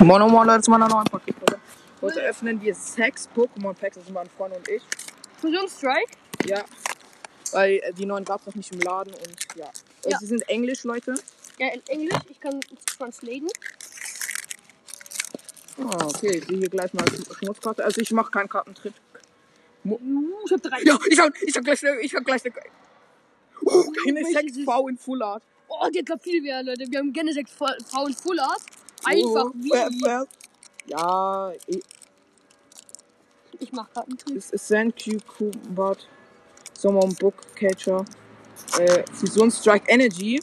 Moin Moin Leute zu meiner neuen Podcast-Folge. Heute öffnen wir sechs Pokémon-Packs, das sind mein Freund und ich. Fusion Strike? Ja, weil äh, die neuen gab es noch nicht im Laden und ja. Äh, Ja. Sie sind Englisch, Leute. Ja, in Englisch. Ich kann translaten. Ah, okay, ich sehe hier gleich mal Sch- Schmutzkarte. Also ich mache keinen Kartentrick. Uh, ich hab drei. Ja, ich hab, ich hab gleich, eine- ich hab gleich eine... Oh, keine welche sechs V in Full Art. Oh, die hat grad viel mehr, Leute. Wir haben gerne sechs Fa- Frauen Full Art. Einfach Oh, fair, wie. fair. Ja, i- äh. Ich mach grad einen Trick. es ist Sandcube, Kubat, Sommer und Bookcatcher, äh, Fusion Strike Energy.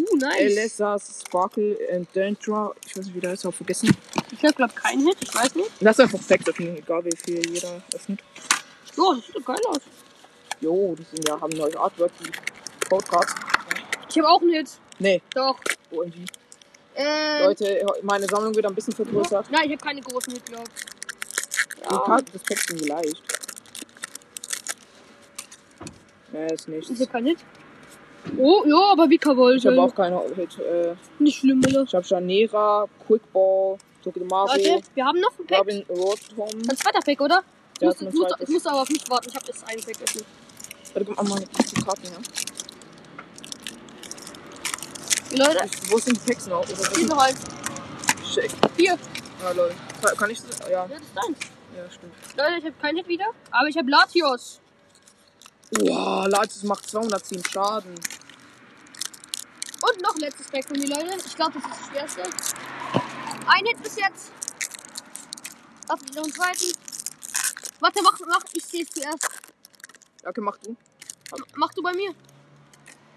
Uh, nice. Alessas Sparkle and Dentra. Ich weiß nicht, wie der heißt, hab vergessen. Ich hab glaub keinen Hit. Ich weiß nicht. Lass einfach Facts öffnen, egal wie viel jeder öffnet. So, das sieht doch geil aus. Jo, die sind ja, haben neues Artwork, die Codecards. Ich hab auch einen Hit. Nee, Doch. OMG. Äh. Leute, meine Sammlung wird ein bisschen vergrößert. Nein, ich hab keine großen Hit, glaub. Die Ja. Karten, das Pack sind leicht. Nee, ist Ich nichts. hab keinen Hit. Oh, ja, aber wie Kawold. Ich habe auch keine Hit. Äh, Nicht schlimm, oder? ich habe Janera, Quickball, Tokidamaru, Leute, wir haben noch ein Pack. Robin Rotom. Ein zweiter Pack, oder? Ich Ja, muss, ist mein ich muss, zweites. ich muss aber auf mich warten. Ich hab jetzt einen Pack öffnet. Warte, gib mal meine Karten her. Leute, Ich- Wo sind die Packs noch? Oder hier was? noch ein. Schick. Hier. Ja, Leute. Kann, kann ich das? Ja, Ja, das ist deins. ja, stimmt. Leute, ich habe keinen Hit wieder, aber ich habe Latios. Wow, Latius macht 210 Schaden. Und noch ein letztes Pack von mir, Leute. Ich glaube, das ist das schwerste. Ein Hit bis jetzt. Hoffentlich noch einen zweiten. Warte, mach, mach. Ich sehe es zuerst. Okay, mach du. Mach du bei mir.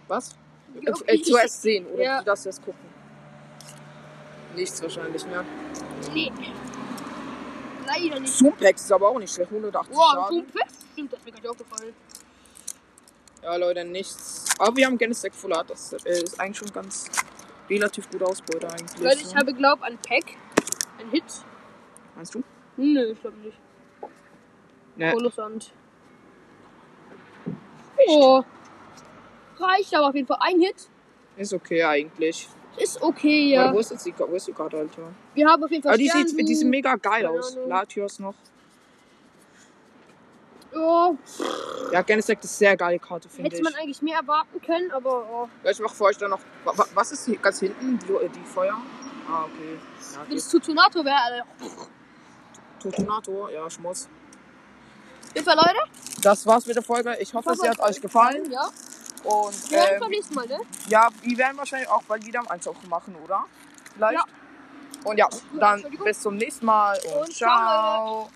Was? Äh, Okay, äh, ich- zuerst sehen oder Ja. du darfst erst gucken. Nichts wahrscheinlich mehr. Nee. Leider nicht. Zoompax ist aber auch nicht schlecht. 180 Wow, Schaden. du Picks? Stimmt, das ist mir gar nicht aufgefallen. Ja, Leute, nichts. Aber wir haben Genestack Full Art. Das äh, ist eigentlich schon ganz relativ gute Ausbeute eigentlich. Leute, ich ne? habe, glaube ein Pack. Ein Hit. Meinst du? Nö, ich glaube nicht. Ne. Bonusand. Oh. Reicht aber auf jeden Fall. Ein Hit. Ist okay eigentlich. Ist okay, ja. Warte, wo ist jetzt die, Ka- wo ist die Karte, Alter? Wir haben auf jeden Fall Aber die sieht, Sternenbuch. die sieht mega geil Keine aus. Ahnung. Latios noch. Ja, Ja, Genestack ist sehr geile Karte, finde hätte ich. man eigentlich mehr erwarten können, aber oh, Ja, ich mach für euch dann noch. wa- wa- Was ist hier ganz hinten? Die, äh, die Feuer? Ah, okay. Ja, wenn okay. es zu Tornado wäre. also, Alter. Totonator, ja, Schmutz. Auf jeden Fall, Leute. Das war's mit der Folge. Ich hoffe, sie hat euch gefallen. Ja. Und Wir hören uns ähm, beim nächsten Mal, ne? ja, wir werden wahrscheinlich auch bald wieder am Einzug machen, oder? Vielleicht. Ja. Und ja, dann Entschuldigung. bis zum nächsten Mal und, Und ciao, ciao.